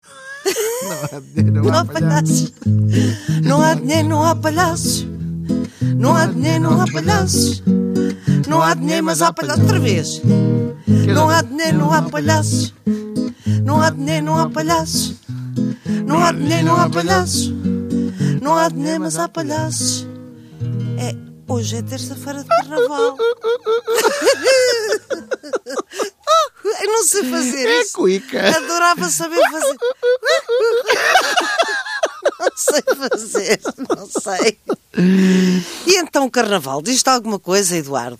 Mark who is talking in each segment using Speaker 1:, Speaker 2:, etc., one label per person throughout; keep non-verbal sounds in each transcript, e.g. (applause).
Speaker 1: é
Speaker 2: Não há palhaços. Não há dinheiro, não há palhaços. Não há dinheiro, não há palhaços. Não há dinheiro, mas há palhaços. Outra vez. Não há dinheiro, não há palhaços. Não há dinheiro, não há palhaços. Não há dinheiro, não há palhaços. Não há dinheiro, mas há palhaços. É, hoje é terça-feira de carnaval. (laughs) Eu não sei fazer
Speaker 1: É
Speaker 2: isso.
Speaker 1: cuica.
Speaker 2: Adorava saber fazer. Não sei fazer, não sei. E então o carnaval, diz-te alguma coisa, Eduardo?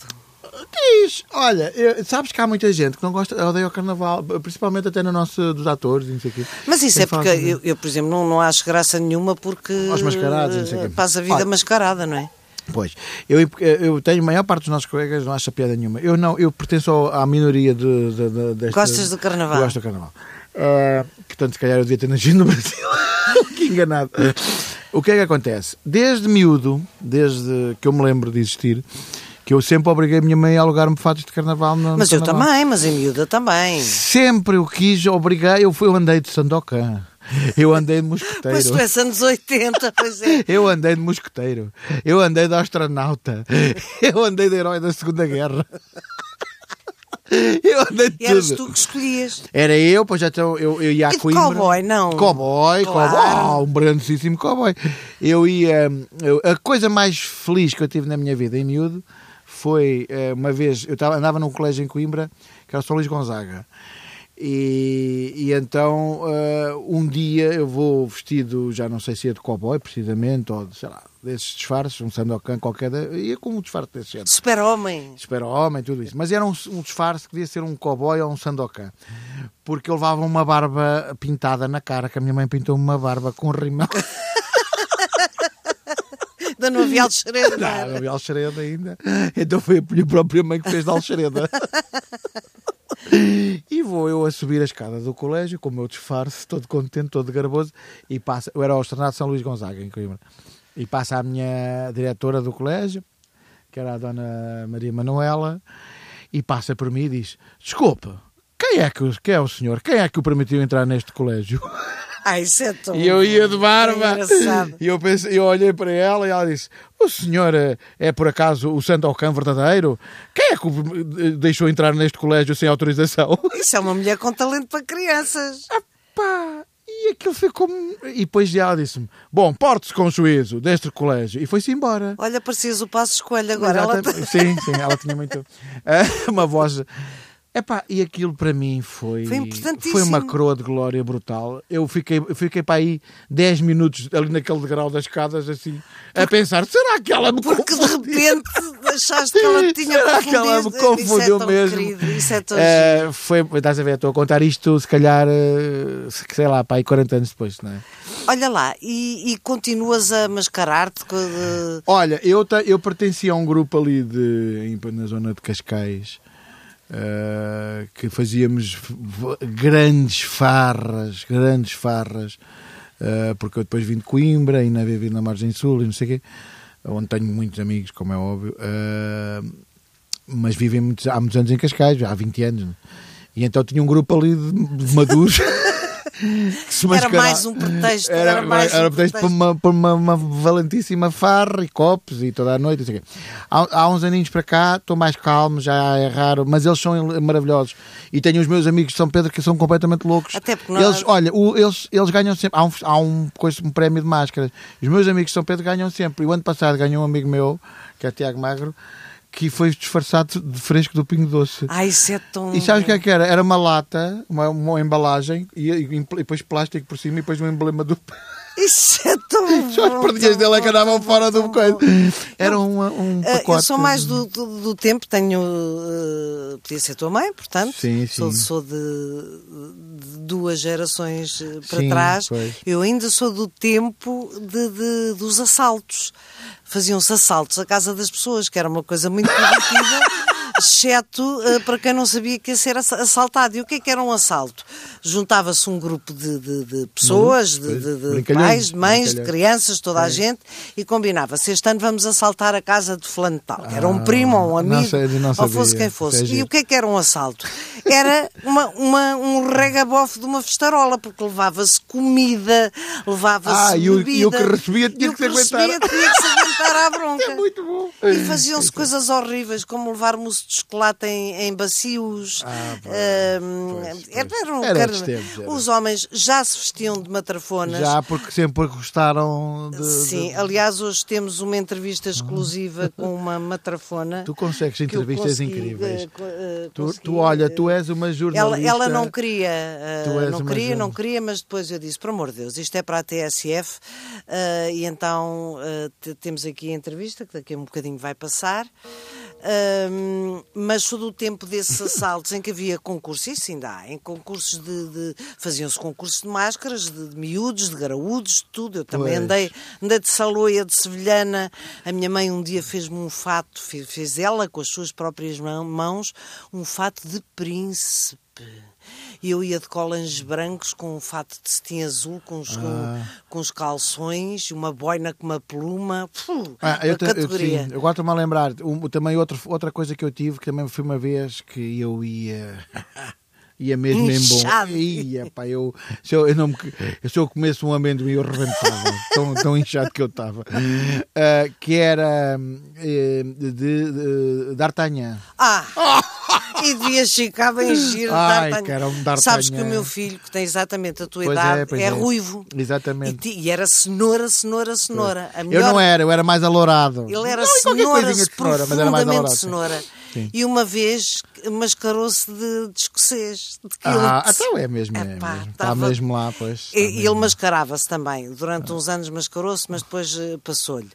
Speaker 1: Diz, olha, eu- sabes que há muita gente que não gosta, odeia o carnaval, principalmente até no nosso, dos atores e não sei o quê.
Speaker 2: Mas isso
Speaker 1: Quem
Speaker 2: é porque
Speaker 1: faz- né?
Speaker 2: eu, eu, por exemplo, não, não acho graça nenhuma porque
Speaker 1: Aos mascarados, não sei o
Speaker 2: eh,
Speaker 1: quê.
Speaker 2: passa a vida
Speaker 1: Olha.
Speaker 2: mascarada, não é?
Speaker 1: Pois, eu, eu tenho, a maior parte dos nossos colegas não acha piada nenhuma. Eu não, eu pertenço ao- à minoria de, de, de- desta-
Speaker 2: Gostas do carnaval?
Speaker 1: Eu gosto do carnaval. Ah, portanto, se calhar eu devia ter nascido no (laughs) Brasil. que enganado. O que é que acontece? Desde miúdo, desde que eu me lembro de existir, que eu sempre obriguei a minha mãe a alugar-me fatos de carnaval. No, no
Speaker 2: Mas eu
Speaker 1: carnaval.
Speaker 2: também, mas em miúda também.
Speaker 1: Sempre eu quis, obriguei, eu, fui, eu andei de sandocan, eu andei de mosqueteiro.
Speaker 2: Mas tu és anos 80, pois é.
Speaker 1: Eu andei de mosqueteiro, eu andei de astronauta, eu andei de herói da Segunda Guerra. Eu andei de
Speaker 2: E eras
Speaker 1: tudo.
Speaker 2: tu que escolhias.
Speaker 1: Era eu, pois já então eu, eu ia a
Speaker 2: E de
Speaker 1: Coimbra.
Speaker 2: cowboy, não?
Speaker 1: Cowboy,
Speaker 2: Claro.
Speaker 1: cowboy, um grandíssimo cowboy. Eu ia. eu- a coisa mais feliz que eu tive na minha vida em miúdo foi eh, uma vez. Eu tava, andava num colégio em Coimbra, que era o São Luís Gonzaga. E, e então eh, um dia eu vou vestido, já não sei se é de cowboy precisamente, ou de, sei lá, desses disfarces, um sandokan qualquer, da- ia com um disfarce desse género
Speaker 2: Super-homem.
Speaker 1: super-homem, tudo isso. Mas era um, um disfarce que devia ser um cowboy ou um sandokan. Porque eu levava uma barba pintada na cara, que a minha mãe pintou-me uma barba com rimel.
Speaker 2: Da novela de é? Xereda.
Speaker 1: Não, era de Alxereda ainda. Então foi a minha própria mãe que fez de Alxereda. (laughs) E vou eu a subir a escada do colégio com o meu disfarce, todo contente, todo garboso. E passa, eu era ao Estrenado São Luís Gonzaga, em Coimbra. E passa a minha diretora do colégio, que era a dona Maria Manuela, e passa por mim e diz: Desculpe, quem é, que, o- quem é o senhor? Quem é que o permitiu entrar neste colégio?
Speaker 2: Ai, isso é tão
Speaker 1: E eu ia de barba.
Speaker 2: Engraçado.
Speaker 1: E eu, pensei, eu olhei para ela e ela disse: O senhor eh, é por acaso o Sandokan verdadeiro? Quem é que o eh, deixou entrar neste colégio sem autorização? (laughs)
Speaker 2: Isso é uma mulher com talento para crianças.
Speaker 1: Epá, e aquilo ficou. E depois ela disse-me: Bom, porte-se com juízo deste colégio. E foi-se embora.
Speaker 2: Olha, parecias o Passo Escolho agora. Ela (laughs) tá-
Speaker 1: Exatamente. Sim, sim, ela tinha muito. (laughs) eh, uma voz. Epá, e aquilo para mim foi.
Speaker 2: Foi importantíssimo.
Speaker 1: Foi uma coroa de glória brutal. Eu fiquei, eu fiquei para aí 10 minutos ali naquele degrau das escadas, assim, a pensar: será que ela me
Speaker 2: Porque de
Speaker 1: confundiu?
Speaker 2: repente achaste que
Speaker 1: (laughs)
Speaker 2: ela tinha
Speaker 1: Será que ela me
Speaker 2: confundido?
Speaker 1: confundiu
Speaker 2: isso é tão
Speaker 1: mesmo?
Speaker 2: Querido, isso é tão giro.
Speaker 1: Eh, foi, estás a ver, estou a contar isto, se calhar, eh, sei lá, para aí 40 anos depois, não é?
Speaker 2: Olha lá, e, e continuas a mascarar-te? com- de-
Speaker 1: Olha, eu, te- eu pertencia a um grupo ali de, em- na zona de Cascais eh, que fazíamos f- v- grandes farras, grandes farras, eh, porque eu depois vim de Coimbra, ainda havia vindo na Margem Sul e não sei o quê, onde tenho muitos amigos, como é óbvio, eh, mas vivem muitos- há muitos anos em Cascais, há 20 anos. né? E então tinha um grupo ali de, de maduros. (laughs) que se
Speaker 2: Era
Speaker 1: mascarava-
Speaker 2: mais um pretexto. Era,
Speaker 1: era,
Speaker 2: mais
Speaker 1: era
Speaker 2: um
Speaker 1: pretexto para uma, para uma- uma valentíssima farra e copos e toda a noite. não sei o quê. Há, há uns aninhos para cá, estou mais calmo, já é raro, mas eles são ele- maravilhosos. E tenho os meus amigos de São Pedro que são completamente loucos.
Speaker 2: Até porque nós-
Speaker 1: eles, olha, o- eles, eles ganham sempre. Há um, há um, coisa, um prémio de máscaras. Os meus amigos de São Pedro ganham sempre. E o ano passado ganhou um amigo meu, que é Tiago Magro, que foi disfarçado de fresco do Pingo Doce.
Speaker 2: Ai, isso é tão.
Speaker 1: E sabes o que é que era? Era uma lata, uma, uma embalagem, e, e- e depois plástico por cima e depois um emblema do.
Speaker 2: Isso é tão.
Speaker 1: Só as
Speaker 2: bom,
Speaker 1: perdinhas
Speaker 2: tão
Speaker 1: dele é que
Speaker 2: bom,
Speaker 1: andavam
Speaker 2: tão
Speaker 1: fora do
Speaker 2: bom.
Speaker 1: coisa. Era um, um
Speaker 2: Ah,
Speaker 1: pacote.
Speaker 2: Eu sou mais do, do, do tempo, tenho. eh, podia ser tua mãe, portanto.
Speaker 1: Sim,
Speaker 2: Sou,
Speaker 1: sim.
Speaker 2: sou de, de duas gerações eh, para
Speaker 1: Sim,
Speaker 2: trás.
Speaker 1: pois.
Speaker 2: Eu ainda sou do tempo de, de- dos
Speaker 1: (laughs)
Speaker 2: assaltos. Faziam-se assaltos à casa das pessoas, que era uma coisa muito divertida. exceto eh, para quem não sabia que ia ser ass- assaltado. E o que é que era um assalto? Juntava-se um grupo de, de- de pessoas, de, de- de
Speaker 1: Brincalhões,
Speaker 2: pais, de mães, de
Speaker 1: brincalhões.
Speaker 2: crianças, toda a gente, e combinava-se: este ano vamos assaltar a casa de fulano de tal. Era um primo ou um
Speaker 1: Ah, não
Speaker 2: amigo,
Speaker 1: sei, não
Speaker 2: ou fosse
Speaker 1: sabia.
Speaker 2: quem
Speaker 1: Isso
Speaker 2: fosse.
Speaker 1: é
Speaker 2: e
Speaker 1: giro.
Speaker 2: o que é que era um assalto? Era uma, uma- um regabofe de uma festarola, porque levava-se comida, levava-se
Speaker 1: Ah, e o-
Speaker 2: bebida.
Speaker 1: e o que recebia tinha
Speaker 2: E o
Speaker 1: que se aguentar.
Speaker 2: recebia tinha que É. se aguentar à
Speaker 1: (laughs)
Speaker 2: bronca.
Speaker 1: É muito bom.
Speaker 2: E faziam-se coisas horríveis, como levar mousse de chocolate em, em bacios. Ahm,
Speaker 1: Ah, pois, pois.
Speaker 2: era- era um
Speaker 1: Era
Speaker 2: carna-
Speaker 1: outros tempos, era.
Speaker 2: Os homens já se vestiam de matrafonas.
Speaker 1: Já porque sempre gostaram de. de- Hum.
Speaker 2: Sim, aliás, hoje temos uma entrevista exclusiva com uma matrafona.
Speaker 1: (laughs) Tu consegues
Speaker 2: que eu
Speaker 1: entrevistas
Speaker 2: consegui,
Speaker 1: incríveis.
Speaker 2: eh, co- eh,
Speaker 1: Tu,
Speaker 2: consegui,
Speaker 1: tu, olha,
Speaker 2: eh,
Speaker 1: tu és uma
Speaker 2: ela,
Speaker 1: jornalista.
Speaker 2: ela não queria, eh,
Speaker 1: Tu és
Speaker 2: não
Speaker 1: uma
Speaker 2: queria, não
Speaker 1: jornalista.
Speaker 2: queria, mas depois eu disse, por amor de Deus, isto é para a TSF eh, e então eh, te- temos aqui a entrevista que daqui a um bocadinho vai passar. Ahm, mas sou do
Speaker 1: (laughs)
Speaker 2: tempo desses assaltos em que havia concursos, isso ainda há, em concursos de. de- faziam-se concursos de máscaras, de, de miúdos, de garaúdos, de tudo. Eu também
Speaker 1: Pois.
Speaker 2: andei, andei de Saloia, de Sevilhana. A minha mãe um dia fez-me um fato, fe- fez, ela com as suas próprias mão- mãos, um fato de príncipe. E eu ia de colãs brancos com um fato de cetim azul, com os,
Speaker 1: Ah.
Speaker 2: com, com os calções, uma boina com uma pluma. Puh,
Speaker 1: Ah,
Speaker 2: a
Speaker 1: eu te- eu-
Speaker 2: categoria.
Speaker 1: sim, agora estou-me a lembrar. Um, também outro, outra coisa que eu tive, que também foi uma vez que eu ia. (laughs) Ia mesmo
Speaker 2: Inchado.
Speaker 1: em bom. Ia, pá, eu, se, eu, eu não me, se eu comesse um amendoim, eu
Speaker 2: (laughs)
Speaker 1: rebentava. tão, tão inchado que eu estava. Ah, que era eh, de, de, de D'Artagnan. (laughs)
Speaker 2: Ah! e devias ficar bem giro.
Speaker 1: Ai,
Speaker 2: D'Artagnan.
Speaker 1: cara, um D'Artagnan.
Speaker 2: Sabes que o meu filho, que tem exatamente a tua
Speaker 1: Pois é,
Speaker 2: idade,
Speaker 1: pois
Speaker 2: é,
Speaker 1: é.
Speaker 2: ruivo.
Speaker 1: Exatamente.
Speaker 2: E, ti- e era cenoura, cenoura, cenoura. A
Speaker 1: Eu
Speaker 2: melhor-
Speaker 1: não era, eu era mais alourado.
Speaker 2: Ele era
Speaker 1: Não, e qualquer
Speaker 2: cenoura,
Speaker 1: coisinha de cenoura, mas era mais
Speaker 2: profundamente
Speaker 1: alourado.
Speaker 2: cenoura.
Speaker 1: Sim.
Speaker 2: E uma vez mascarou-se de, de escocês. De
Speaker 1: Ah,
Speaker 2: Kilts.
Speaker 1: então é mesmo, é
Speaker 2: Epá,
Speaker 1: mesmo. Está
Speaker 2: tava-
Speaker 1: mesmo lá, pois.
Speaker 2: E- e ele mascarava-se também. Durante uns anos mascarou-se, mas depois eh, passou-lhe.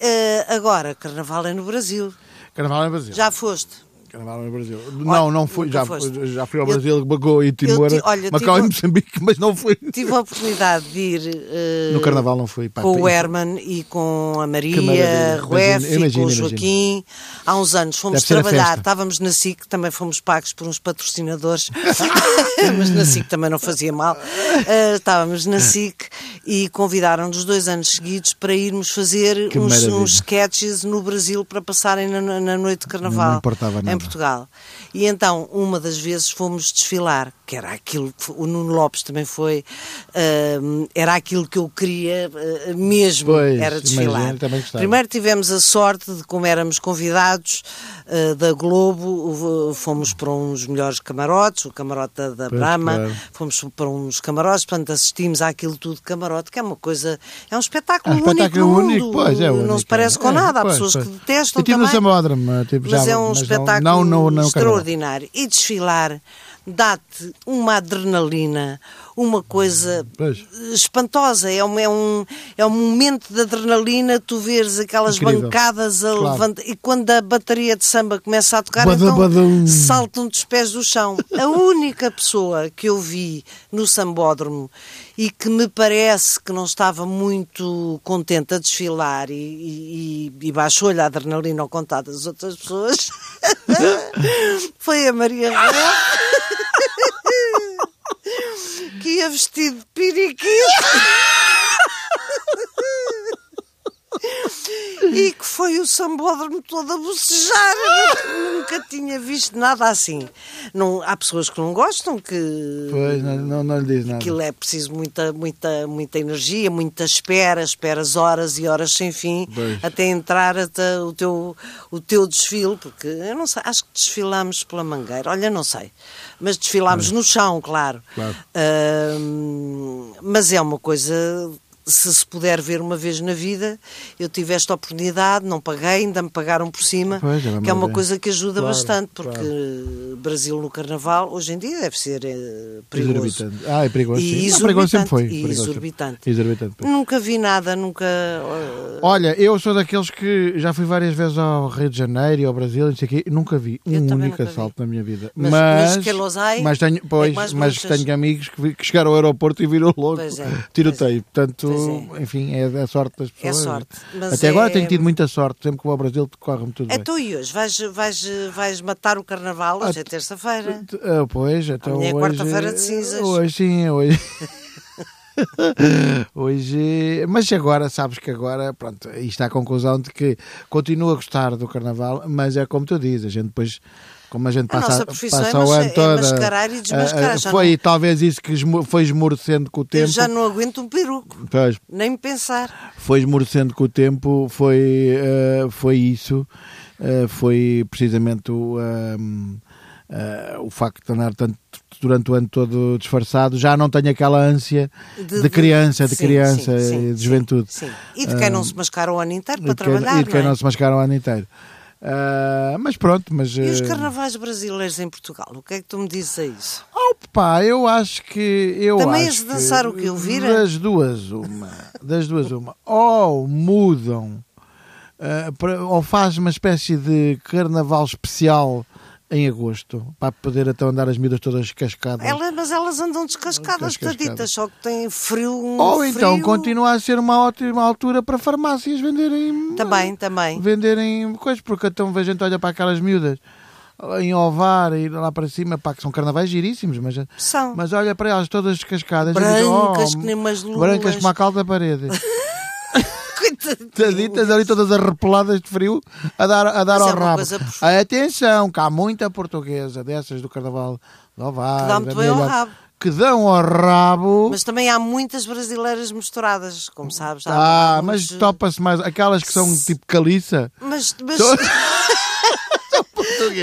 Speaker 2: Eh, agora, carnaval é no Brasil.
Speaker 1: Carnaval no Brasil.
Speaker 2: Já foste?
Speaker 1: Carnaval no Brasil. não, não fui.
Speaker 2: nunca
Speaker 1: Já,
Speaker 2: foste.
Speaker 1: já fui ao
Speaker 2: Eu-
Speaker 1: Brasil, Bagô e Timor,
Speaker 2: ti- olha,
Speaker 1: Macau
Speaker 2: tive- um-
Speaker 1: e Moçambique, mas não fui.
Speaker 2: Tive a oportunidade de ir eh,
Speaker 1: No Carnaval não fui. Pá, é um
Speaker 2: com o é
Speaker 1: isso-
Speaker 2: Herman e com a Maria,
Speaker 1: maravilha.
Speaker 2: Ruef e
Speaker 1: Imagino,
Speaker 2: com o
Speaker 1: imagino,
Speaker 2: Joaquim. Há uns anos fomos
Speaker 1: Deve ser a
Speaker 2: trabalhar,
Speaker 1: festa.
Speaker 2: estávamos na SIC, também fomos pagos por uns patrocinadores, (laughs) mas na SIC também não fazia mal. Eh, estávamos na SIC e convidaram-nos dois anos seguidos para irmos fazer
Speaker 1: Que
Speaker 2: uns,
Speaker 1: maravilha.
Speaker 2: uns sketches no Brasil para passarem na, na noite de Carnaval.
Speaker 1: Não importava
Speaker 2: Em
Speaker 1: nada.
Speaker 2: Portugal. E então, uma das vezes fomos desfilar, que era aquilo, que o Nuno Lopes também foi, hum, era aquilo que eu queria eh, mesmo,
Speaker 1: Pois,
Speaker 2: era desfilar.
Speaker 1: imagino, também gostava.
Speaker 2: Primeiro tivemos a sorte de como éramos convidados eh, da Globo, o- fomos para uns melhores camarotes, o camarote da, da
Speaker 1: Pois,
Speaker 2: Brahma,
Speaker 1: claro.
Speaker 2: fomos para uns camarotes, portanto assistimos àquilo tudo de camarote, que é uma coisa, é um espetáculo,
Speaker 1: É um espetáculo
Speaker 2: único, no
Speaker 1: único,
Speaker 2: mundo,
Speaker 1: pois, é
Speaker 2: não se
Speaker 1: único,
Speaker 2: parece
Speaker 1: é.
Speaker 2: com nada, há
Speaker 1: Pois,
Speaker 2: pessoas
Speaker 1: pois.
Speaker 2: que detestam
Speaker 1: Eu tive no
Speaker 2: também
Speaker 1: Sambódromo. Tipo,
Speaker 2: mas
Speaker 1: já,
Speaker 2: é um
Speaker 1: mas não-
Speaker 2: espetáculo
Speaker 1: não, não, não, é Carnaval.
Speaker 2: extraordinário. E desfilar dá-te uma adrenalina, uma coisa
Speaker 1: Pois.
Speaker 2: espantosa. É um, é, um, é um momento de adrenalina, tu veres aquelas
Speaker 1: Incrível.
Speaker 2: bancadas a
Speaker 1: Claro.
Speaker 2: levantar. E quando a bateria de samba começa a tocar,
Speaker 1: Badum,
Speaker 2: então
Speaker 1: badum.
Speaker 2: saltam dos pés do chão. A única pessoa que eu vi no sambódromo e que me parece que não estava muito contente a desfilar e, e- e- e baixou-lhe a adrenalina ao contar das outras pessoas (laughs) foi a Maria Real. Que ia vestido de piriquito (laughs) e que foi o sambódromo todo a bocejar. Nunca tinha visto nada assim. Não, há pessoas que não gostam, que
Speaker 1: Pois, não, não, não lhe diz nada.
Speaker 2: aquilo é preciso muita, muita, muita energia, muita espera, esperas horas e horas sem fim
Speaker 1: Pois.
Speaker 2: até entrar até o, teu, o teu desfile, porque eu não sei, acho que desfilámos pela mangueira, olha, não sei, mas desfilámos no chão, claro.
Speaker 1: Claro.
Speaker 2: Ahm, mas é uma coisa. Se se puder ver uma vez na vida, eu tive esta oportunidade, não paguei, ainda me pagaram por cima,
Speaker 1: Pois, é uma
Speaker 2: que é uma
Speaker 1: maravilha.
Speaker 2: coisa que ajuda
Speaker 1: Claro,
Speaker 2: bastante, porque
Speaker 1: claro.
Speaker 2: eh, Brasil no Carnaval, hoje em dia, deve ser eh, perigoso.
Speaker 1: Exorbitante. Ah, é perigoso.
Speaker 2: E
Speaker 1: sim. Não, perigoso sempre
Speaker 2: exorbitante,
Speaker 1: foi.
Speaker 2: e
Speaker 1: perigoso sempre.
Speaker 2: exorbitante.
Speaker 1: Exorbitante. pois.
Speaker 2: Nunca vi nada, nunca. eh,
Speaker 1: Olha, eu sou daqueles que já fui várias vezes ao Rio de Janeiro e ao Brasil, não sei o quê, e nunca vi
Speaker 2: Eu
Speaker 1: um
Speaker 2: também
Speaker 1: único
Speaker 2: nunca vi.
Speaker 1: assalto na minha vida.
Speaker 2: Mas-
Speaker 1: Mas,
Speaker 2: mas que los hay,
Speaker 1: mas tenho,
Speaker 2: é que
Speaker 1: pois,
Speaker 2: mais
Speaker 1: mas
Speaker 2: bruxas.
Speaker 1: tenho amigos que, vi- que chegaram ao aeroporto e viram logo
Speaker 2: Pois é, pois
Speaker 1: tiroteio. Portanto, Portanto, enfim, é da sorte das
Speaker 2: É
Speaker 1: pessoas.
Speaker 2: sorte. Mas
Speaker 1: Até
Speaker 2: é-
Speaker 1: agora tenho tido muita sorte, sempre que vou ao Brasil corre-me tudo
Speaker 2: É
Speaker 1: bem.
Speaker 2: tu e hoje. Vais, vais, vais matar o carnaval, hoje é terça-feira.
Speaker 1: Ah, pois, então
Speaker 2: minha é
Speaker 1: hoje...
Speaker 2: quarta-feira de cinzas.
Speaker 1: Hoje sim, hoje... (laughs) hoje... Mas agora, sabes que agora, pronto, aí está a conclusão de que continuo a gostar do Carnaval, mas é como tu dizes, a gente depois... Como a gente
Speaker 2: A nossa
Speaker 1: passa,
Speaker 2: profissão
Speaker 1: passa
Speaker 2: é
Speaker 1: o
Speaker 2: mas-
Speaker 1: ano
Speaker 2: é
Speaker 1: todo.
Speaker 2: mascarar e desmascarar,
Speaker 1: ah, ah,
Speaker 2: já
Speaker 1: Foi
Speaker 2: não- é?
Speaker 1: talvez isso que esmo- foi esmorecendo com o
Speaker 2: Eu
Speaker 1: tempo.
Speaker 2: já não aguento um peruco,
Speaker 1: Pois,
Speaker 2: nem pensar.
Speaker 1: foi esmorecendo com o tempo, foi, eh, foi isso, eh, foi precisamente o, ahm, eh, o facto de andar tanto durante o ano todo disfarçado, já não tenho aquela ânsia de, criança, de
Speaker 2: sim,
Speaker 1: criança
Speaker 2: sim, sim,
Speaker 1: e de juventude.
Speaker 2: Sim. E de quem não se mascara o ano inteiro para
Speaker 1: E de quem-
Speaker 2: trabalhar,
Speaker 1: e de quem
Speaker 2: não é?
Speaker 1: não se mascara o ano inteiro. Ah, mas pronto, mas.
Speaker 2: E os
Speaker 1: eh,
Speaker 2: carnavais brasileiros em Portugal? O que é que tu me dizes a isso?
Speaker 1: Oh, pá, eu acho que. Eu
Speaker 2: Também
Speaker 1: acho
Speaker 2: és dançar o que eu vira?
Speaker 1: Das duas, uma. Das duas, uma. Ou mudam, ah, para- ou faz uma espécie de carnaval especial em agosto, para poder então andar as miúdas todas cascadas.
Speaker 2: Elas, mas elas andam descascadas,
Speaker 1: Descascadas.
Speaker 2: taditas, só que têm frio. um
Speaker 1: Ou então
Speaker 2: frio.
Speaker 1: continua a ser uma ótima altura para farmácias venderem.
Speaker 2: Também, também.
Speaker 1: venderem coisas, porque então a gente olha para aquelas miúdas em Ovar e lá para cima, pá, que são carnavais giríssimos, mas, (laughs)
Speaker 2: São.
Speaker 1: mas olha para elas todas descascadas,
Speaker 2: Brancas
Speaker 1: e diz, oh,
Speaker 2: que nem umas luas.
Speaker 1: brancas como a calda da
Speaker 2: (laughs)
Speaker 1: parede,
Speaker 2: Coitadinho.
Speaker 1: taditas ali todas arrepeladas de frio, a dar, a dar
Speaker 2: Mas
Speaker 1: ao
Speaker 2: é uma
Speaker 1: rabo.
Speaker 2: coisa prof-
Speaker 1: Atenção, que há muita portuguesa dessas do carnaval de Ovar,
Speaker 2: Que dá muito bem ao rabo.
Speaker 1: que dão ao rabo.
Speaker 2: Mas tá também há muitas brasileiras misturadas, como sabes. há
Speaker 1: ah, mas
Speaker 2: muitos-
Speaker 1: topa-se mais aquelas que são tipo caliça.
Speaker 2: Mas,
Speaker 1: (laughs)
Speaker 2: mas é,
Speaker 1: Tô-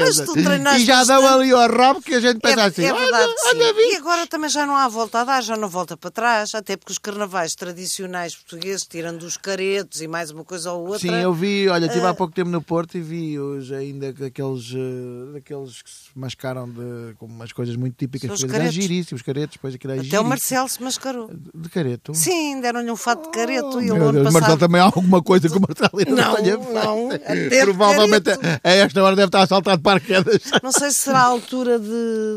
Speaker 2: Mas tu treinaste
Speaker 1: e já dão
Speaker 2: bastante.
Speaker 1: ali ao rabo que a gente pensa
Speaker 2: é,
Speaker 1: assim:
Speaker 2: é verdade,
Speaker 1: olha, olha,
Speaker 2: sim.
Speaker 1: vi.
Speaker 2: E agora também já não há volta a dar, já não volta para trás, até porque os carnavais tradicionais portugueses, tirando os caretos e mais uma coisa ou outra, eh,
Speaker 1: Sim, eu vi, olha, estive há pouco tempo no Porto e vi os ainda daqueles, eh, daqueles que se mascaram de, com umas coisas muito típicas.
Speaker 2: São os
Speaker 1: portuguesas. É
Speaker 2: caretos.
Speaker 1: giríssimos, caretos, depois aquilo é
Speaker 2: até o
Speaker 1: giríssimo.
Speaker 2: Marcelo se mascarou.
Speaker 1: De careto.
Speaker 2: Sim, deram-lhe um fato de careto
Speaker 1: Oh,
Speaker 2: e ele
Speaker 1: meu
Speaker 2: ano
Speaker 1: Deus, o
Speaker 2: passado-
Speaker 1: Marcelo também há alguma coisa que o Marcelo ainda
Speaker 2: Não,
Speaker 1: tenha
Speaker 2: não,
Speaker 1: feito.
Speaker 2: até de
Speaker 1: Provavelmente
Speaker 2: careto.
Speaker 1: a esta hora deve estar a saltar de paraquedas.
Speaker 2: Não sei se será a altura de,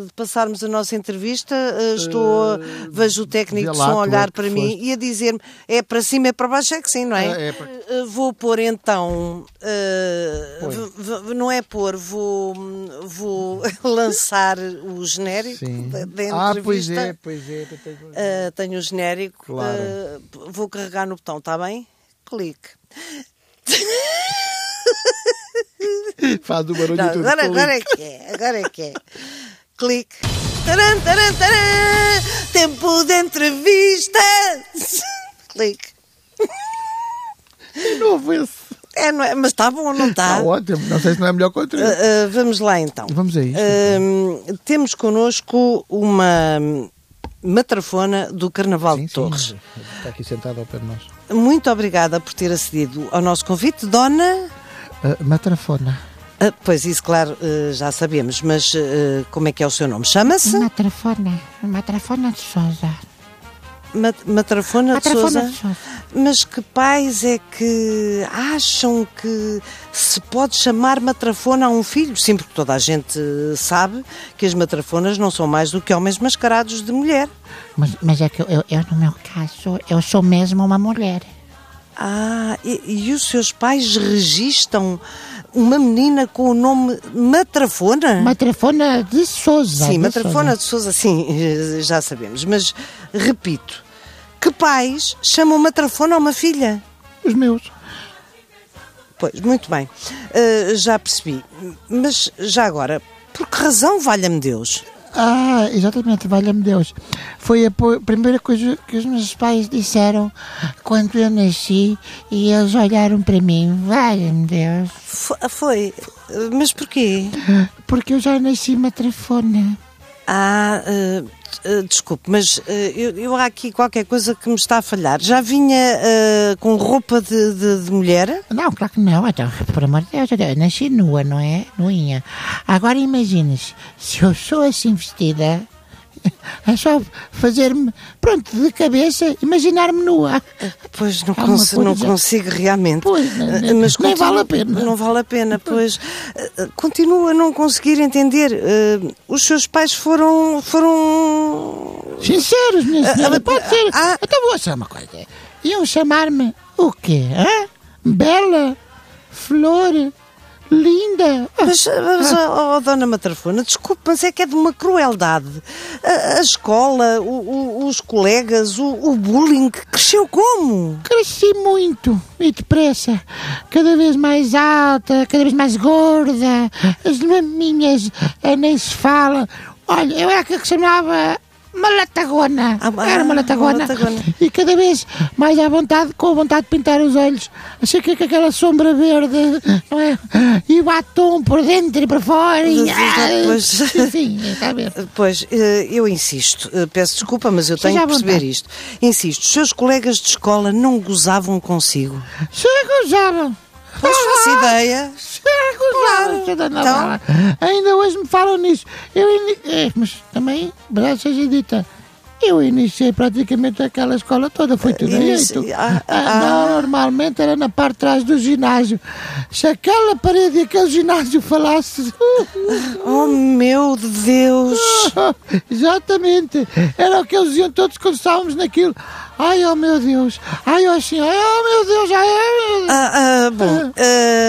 Speaker 2: de passarmos a nossa entrevista. Eh, estou, a- vejo o técnico
Speaker 1: vê
Speaker 2: de
Speaker 1: lá,
Speaker 2: som a
Speaker 1: tu é
Speaker 2: olhar
Speaker 1: que
Speaker 2: para mim e a dizer-me é para cima, é para baixo, é que sim, não é?
Speaker 1: É, é para-
Speaker 2: Eh, Vou pôr então, eh, v- v- não é pôr, vou, vou (laughs) lançar o genérico
Speaker 1: Sim.
Speaker 2: da, da entrevista.
Speaker 1: Ah, pois é, pois é. tu tens razão.
Speaker 2: Eh, tenho o genérico.
Speaker 1: Claro.
Speaker 2: Eh, p- vou carregar no botão, está bem? Clique.
Speaker 1: Faz o barulho
Speaker 2: Não,
Speaker 1: e tudo.
Speaker 2: agora, agora é que é, agora é que é. Clique. Taran, taran, taran. Tempo de entrevista. Clique.
Speaker 1: De novo esse.
Speaker 2: É, não é? Mas está bom ou não está?
Speaker 1: Está ótimo. Não sei se não é melhor que o outro.
Speaker 2: Ah, ah, vamos lá então.
Speaker 1: Vamos a isto,
Speaker 2: Ah, temos connosco uma matrafona do Carnaval
Speaker 1: Sim,
Speaker 2: de Torres.
Speaker 1: sim. Está aqui sentado ao pé de nós.
Speaker 2: Muito obrigada por ter acedido ao nosso convite, Dona.
Speaker 1: Ah, matrafona.
Speaker 2: Ah, pois isso, claro, ah, já sabemos, mas ah, como é que é o seu nome? Chama-se
Speaker 1: Uhum.
Speaker 3: Matrafona, Matrafona de Souza.
Speaker 2: Mat- Matrafona,
Speaker 3: Matrafona
Speaker 2: de
Speaker 3: de
Speaker 2: Sousa.
Speaker 3: Souza.
Speaker 2: Mas que pais é que acham que se pode chamar matrafona a um filho? Sim, porque toda a gente eh, sabe que as matrafonas não são mais do que homens mascarados de mulher.
Speaker 3: Mas, mas é que eu, eu, eu, no meu caso, eu sou mesmo uma mulher.
Speaker 2: Ah, e, e os seus pais registam uma menina com o nome matrafona?
Speaker 3: Matrafona de Souza.
Speaker 2: Ah. Sim,
Speaker 3: de
Speaker 2: matrafona de Sousa, sim, (laughs) eh, já sabemos. Mas, repito, que pais chamam matrafona a uma filha?
Speaker 1: Os meus.
Speaker 2: Pois, muito bem. Ah, já percebi. Mas já agora, por que razão, valha-me Deus?
Speaker 3: Ah, exatamente, valha-me Deus. Foi a po- primeira coisa que os meus pais disseram quando eu nasci e eles olharam para mim, valha-me Deus.
Speaker 2: Fo- foi. Ah, Mas porquê?
Speaker 3: Porque eu já nasci matrafona.
Speaker 2: Ah, ah, ah, desculpe, mas ah, eu, eu há aqui qualquer coisa que me está a falhar. Já vinha ah, com roupa de, de- de mulher?
Speaker 3: Não, claro que não. Então, por amor de Deus, eu nasci nua, não é? Nuinha. Agora imagina-se, se eu sou assim vestida, é só fazer-me, pronto, de cabeça, imaginar-me nua.
Speaker 2: Pois não,
Speaker 3: Há uma
Speaker 2: cons- não
Speaker 3: coisa-
Speaker 2: consigo realmente.
Speaker 3: Pois, não-
Speaker 2: Ah,
Speaker 3: não- nem vale a pena.
Speaker 2: Não vale a pena, pois. Ah, ah, Eh, continuo a não conseguir entender. Ah, os seus pais foram. foram
Speaker 3: Sinceros, minha senhora, pode ser.
Speaker 2: ah.
Speaker 3: Então vou só uma coisa. Iam chamar-me o quê? Hã? Bela, flor, linda. Ah,
Speaker 2: Mas, mas oh, oh, dona Matrafona, desculpe, mas é que é de uma crueldade. A, a escola, o- o- os colegas, o, o bullying, cresceu como?
Speaker 3: Cresci muito e depressa, cada vez mais alta, cada vez mais gorda, as maminhas eh, nem se fala. Olha, eu era que se chamava uma latagona,
Speaker 2: Ah, ah,
Speaker 3: era uma latagona.
Speaker 2: uma latagona.
Speaker 3: e cada vez mais à vontade, com a vontade de pintar os olhos, achei que que aquela sombra verde, não é? E o batom por dentro e por fora, e,
Speaker 2: Mas,
Speaker 3: ah,
Speaker 2: pois.
Speaker 3: enfim, está
Speaker 2: (laughs)
Speaker 3: a ver.
Speaker 2: Pois, eh, eu insisto, eh, peço desculpa, mas eu tenho
Speaker 3: Esteja
Speaker 2: que
Speaker 3: à
Speaker 2: perceber
Speaker 3: vontade.
Speaker 2: isto. Insisto, os seus colegas de escola não gozavam consigo.
Speaker 3: Chega, usavam.
Speaker 2: Pois faço
Speaker 3: Ah!
Speaker 2: ideia. Claro,
Speaker 3: Claro,
Speaker 2: então.
Speaker 3: Ainda hoje me falam nisso. Eu ini- eh, mas também, verdade seja dita, eu iniciei praticamente aquela escola toda, foi tudo
Speaker 2: Inici-
Speaker 3: direito.
Speaker 2: ah,
Speaker 3: Ah,
Speaker 2: ah.
Speaker 3: não, normalmente era na parte de trás do ginásio. Se aquela parede e aquele ginásio falasse. (laughs)
Speaker 2: Oh meu Deus!
Speaker 3: Exatamente, era o que eles diziam todos quando estávamos naquilo. Ai, oh meu Deus, ai, oh senhor, ai, oh meu Deus, ai, oh meu Deus.
Speaker 2: Ah, ah, bom,
Speaker 3: Ah.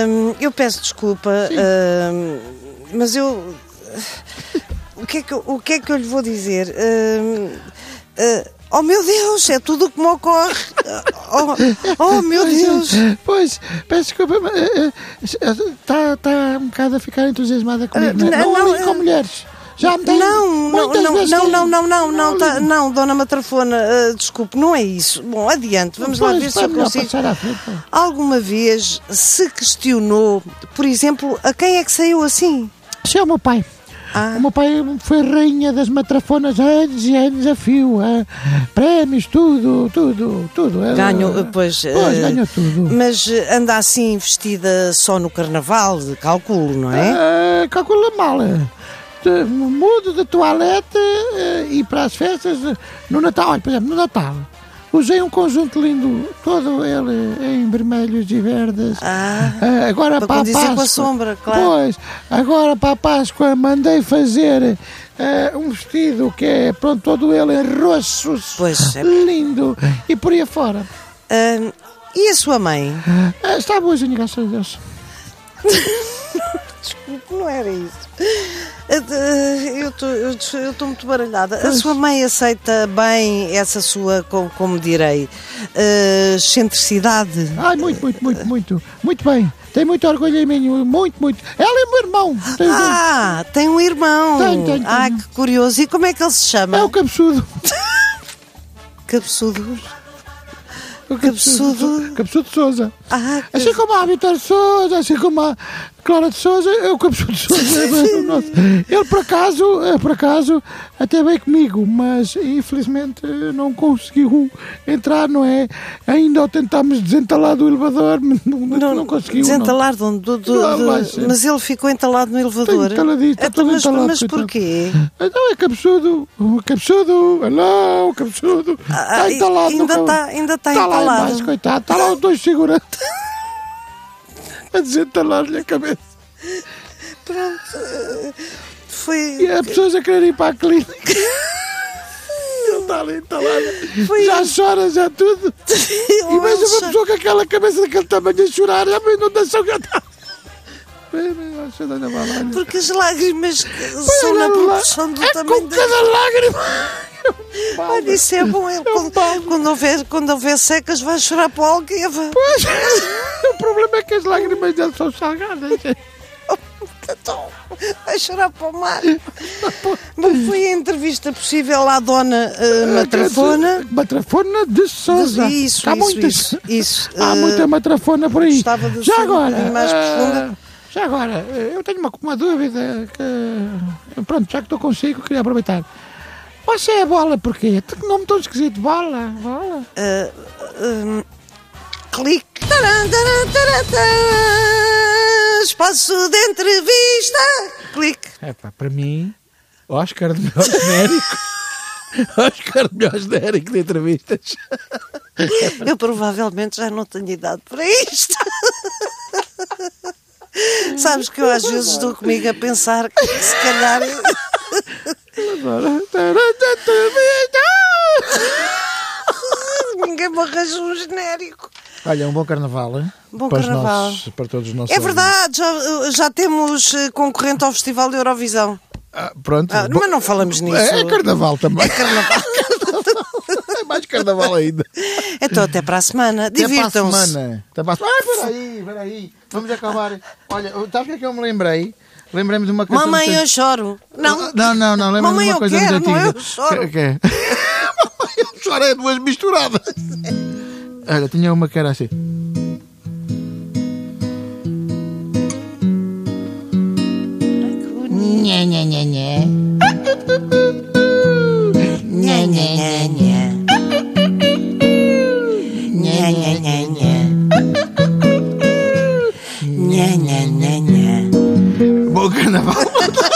Speaker 2: ahm, eu peço desculpa, ahm, mas eu. O que, é que, eu- o que é que eu lhe vou dizer? Ahm, ah, oh meu Deus, é tudo o que me ocorre! Oh, oh meu
Speaker 3: Pois,
Speaker 2: Deus!
Speaker 3: Pois, peço desculpa, está eh, tá um bocado a ficar entusiasmada comigo.
Speaker 2: Eh,
Speaker 3: não, é?
Speaker 2: não,
Speaker 3: não,
Speaker 2: não,
Speaker 3: ligo com
Speaker 2: eu-
Speaker 3: mulheres. Já me tem
Speaker 2: Não, não,
Speaker 3: muitas
Speaker 2: não,
Speaker 3: vezes
Speaker 2: não,
Speaker 3: que-
Speaker 2: não, não, não, não, tá-
Speaker 3: ligo.
Speaker 2: não, dona Matrafona, ah, desculpe, não é isso. Bom, adiante, vamos lá
Speaker 3: Pois,
Speaker 2: ver se
Speaker 3: vai
Speaker 2: eu
Speaker 3: melhor
Speaker 2: consigo.
Speaker 3: passar à frente. tá
Speaker 2: Alguma vez se questionou, por exemplo, a quem é que saiu assim?
Speaker 3: Sim, é o meu pai.
Speaker 2: Ah.
Speaker 3: O meu pai foi rainha das matrafonas anos e anos a fio. eh, prémios, tudo, tudo, tudo. eh,
Speaker 2: Ganho, pois.
Speaker 3: Pois,
Speaker 2: eh,
Speaker 3: ganhou tudo.
Speaker 2: Mas eh, anda assim vestida só no carnaval, de calculo, não é?
Speaker 3: Eh, calcula mal. Te- Mudo de toalete eh, e para as festas eh, no Natal. Olha, por exemplo, no Natal. Usei um conjunto lindo, todo ele em vermelhos e verdes.
Speaker 2: Ah,
Speaker 3: Eh, agora
Speaker 2: para
Speaker 3: para a
Speaker 2: condizer com a
Speaker 3: Páscoa.
Speaker 2: sombra, claro.
Speaker 3: Pois, agora para a Páscoa mandei fazer eh, um vestido que é, pronto, todo ele em roxos.
Speaker 2: Pois, é.
Speaker 3: Lindo. E por aí afora.
Speaker 2: Ah, e a sua mãe?
Speaker 3: Eh, está boazinha, graças a Deus.
Speaker 2: Desculpe, não era isso. Ah, de- Eu tô- eu tô- eu estou muito baralhada. A sua mãe aceita bem essa sua, como, como direi, ah, excentricidade?
Speaker 3: Ai, muito, muito, muito, muito. Muito bem. Tenho muito orgulho em mim. Muito, muito. Ela e o meu irmão. um- Tenho dois.
Speaker 2: Ah, tem um irmão.
Speaker 3: Tenho, tenho,
Speaker 2: Ah,
Speaker 3: tenho.
Speaker 2: que curioso. E como é que ele se chama?
Speaker 3: É o cabeçudo.
Speaker 2: Cabeçudo.
Speaker 3: O
Speaker 2: Cabeçudo.
Speaker 3: Cabeçudo de Souza.
Speaker 2: Ah, que-
Speaker 3: Assim como há a Vitor de Souza, assim como há Clara de Souza, é o cabeçudo de Souza. é o nosso. Ele, por acaso, eh, por acaso, até veio comigo, mas infelizmente eh, não conseguiu entrar, não é? Ainda ao tentámos desentalar do elevador, não, não, conseguiu. não.
Speaker 2: Desentalar de onde? Do- do-
Speaker 3: Lá
Speaker 2: do-
Speaker 3: vai ser.
Speaker 2: mas ele ficou entalado no elevador.
Speaker 3: entaladinho, está
Speaker 2: Ah,
Speaker 3: todo
Speaker 2: mas,
Speaker 3: entalado,
Speaker 2: mas
Speaker 3: coitado. (laughs)
Speaker 2: porquê?
Speaker 3: Então é cabeçudo, o cabeçudo, alô, o cabeçudo.
Speaker 2: Ah,
Speaker 3: Está Tá entalado. no
Speaker 2: ainda
Speaker 3: cabo-
Speaker 2: está ainda tá
Speaker 3: Está lá
Speaker 2: entalado.
Speaker 3: embaixo, coitado. Está lá os dois segurando. a desentalar-lhe a cabeça.
Speaker 2: Pronto. eh,
Speaker 3: E
Speaker 2: Foi,
Speaker 3: as pessoas a querer ir para a clínica. Ele está ali entalado.
Speaker 2: Foi
Speaker 3: já chora, já tudo. é, E
Speaker 2: (laughs) Oh,
Speaker 3: veja uma
Speaker 2: Elsa,
Speaker 3: pessoa com aquela cabeça daquele tamanho a chorar. É uma inundação que está. Bem, bem, olha, deixa eu dar uma olhada.
Speaker 2: Porque as lágrimas são
Speaker 3: Olha
Speaker 2: na
Speaker 3: lá,
Speaker 2: proporção do
Speaker 3: é
Speaker 2: tamanho
Speaker 3: com
Speaker 2: da.
Speaker 3: cada um lágrima.
Speaker 2: Olha, isso é bom. Ele, quando,
Speaker 3: balde.
Speaker 2: quando houver, quando houver secas, vai chorar para o Algueva.
Speaker 3: Pois, (laughs) o problema é que as lágrimas dele são salgadas.
Speaker 2: Então, Vai chorar para o
Speaker 3: (laughs)
Speaker 2: mar. Mas foi a entrevista possível à dona eh, Matrafona.
Speaker 3: Matrafona de Tá Sousa.
Speaker 2: Isso,
Speaker 3: Há
Speaker 2: isso,
Speaker 3: muitas.
Speaker 2: isso, isso.
Speaker 3: Há
Speaker 2: Eh,
Speaker 3: tá muita matrafona por aí.
Speaker 2: gostava de
Speaker 3: já
Speaker 2: ser um
Speaker 3: agora.
Speaker 2: bocadinho mais
Speaker 3: eh,
Speaker 2: profunda.
Speaker 3: Já agora, eh, eu tenho uma, uma dúvida que. eh, Pronto, já que estou consigo, queria aproveitar. Você é bola porquê? Tem um nome tão esquisito. Bola, bola.
Speaker 2: Clique. Taran, taran, taran, taran. Espaço de entrevista. Clique.
Speaker 3: Epá, É, para mim, Oscar de melhor genérico. (laughs) Oscar de melhor genérico de entrevistas.
Speaker 2: Eu provavelmente já não tenho idade para isto. (laughs) Sabes que eu às vezes dou comigo a pensar que se calhar
Speaker 3: (laughs)
Speaker 2: Ninguém me arranja um genérico.
Speaker 1: Olha, um bom carnaval, hein?
Speaker 2: Bom
Speaker 1: para os
Speaker 2: carnaval.
Speaker 1: nossos- para todos os nossos.
Speaker 2: É verdade, já, já temos eh, concorrente ao Festival da Eurovisão.
Speaker 1: ouvintes. Ah, pronto.
Speaker 2: Ah,
Speaker 1: Bom-
Speaker 2: mas não falamos nisso.
Speaker 1: É carnaval também.
Speaker 2: Carnaval.
Speaker 1: (laughs) É mais carnaval ainda.
Speaker 2: Então, até para a semana.
Speaker 1: Até para a
Speaker 2: (laughs) Divirtam-se.
Speaker 1: semana. Até para a semana. Ai, peraí, peraí. Vamos acabar. Olha, sabe o que é que eu me lembrei? Lembrei-me de uma canção.
Speaker 2: Mamãe,
Speaker 1: que-
Speaker 2: eu choro. Não,
Speaker 1: não, não, não. Lembro-me
Speaker 2: Mamãe,
Speaker 1: de uma
Speaker 2: eu
Speaker 1: coisa
Speaker 2: quero,
Speaker 1: muito
Speaker 2: não é?
Speaker 1: antiga.
Speaker 2: Eu choro.
Speaker 1: Que- que (laughs) é? Mamãe, eu choro é duas misturadas. Olha, tinha uma que era assim.
Speaker 3: Nha, nha, nha, nha. Nha, nha, nha, nha. Nha, nha, nha, nha.
Speaker 1: Bom carnaval.
Speaker 2: é